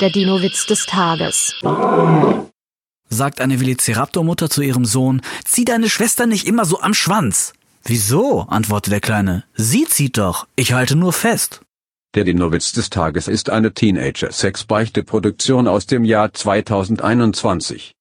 Der Dino-Witz des Tages. sagt eine Velociraptor-Mutter zu ihrem Sohn, zieh deine Schwester nicht immer so am Schwanz. Wieso? antwortet der Kleine. Sie zieht doch. Ich halte nur fest. Der Dinowitz des Tages ist eine Teenager-Sex-Beichte-Produktion aus dem Jahr 2021.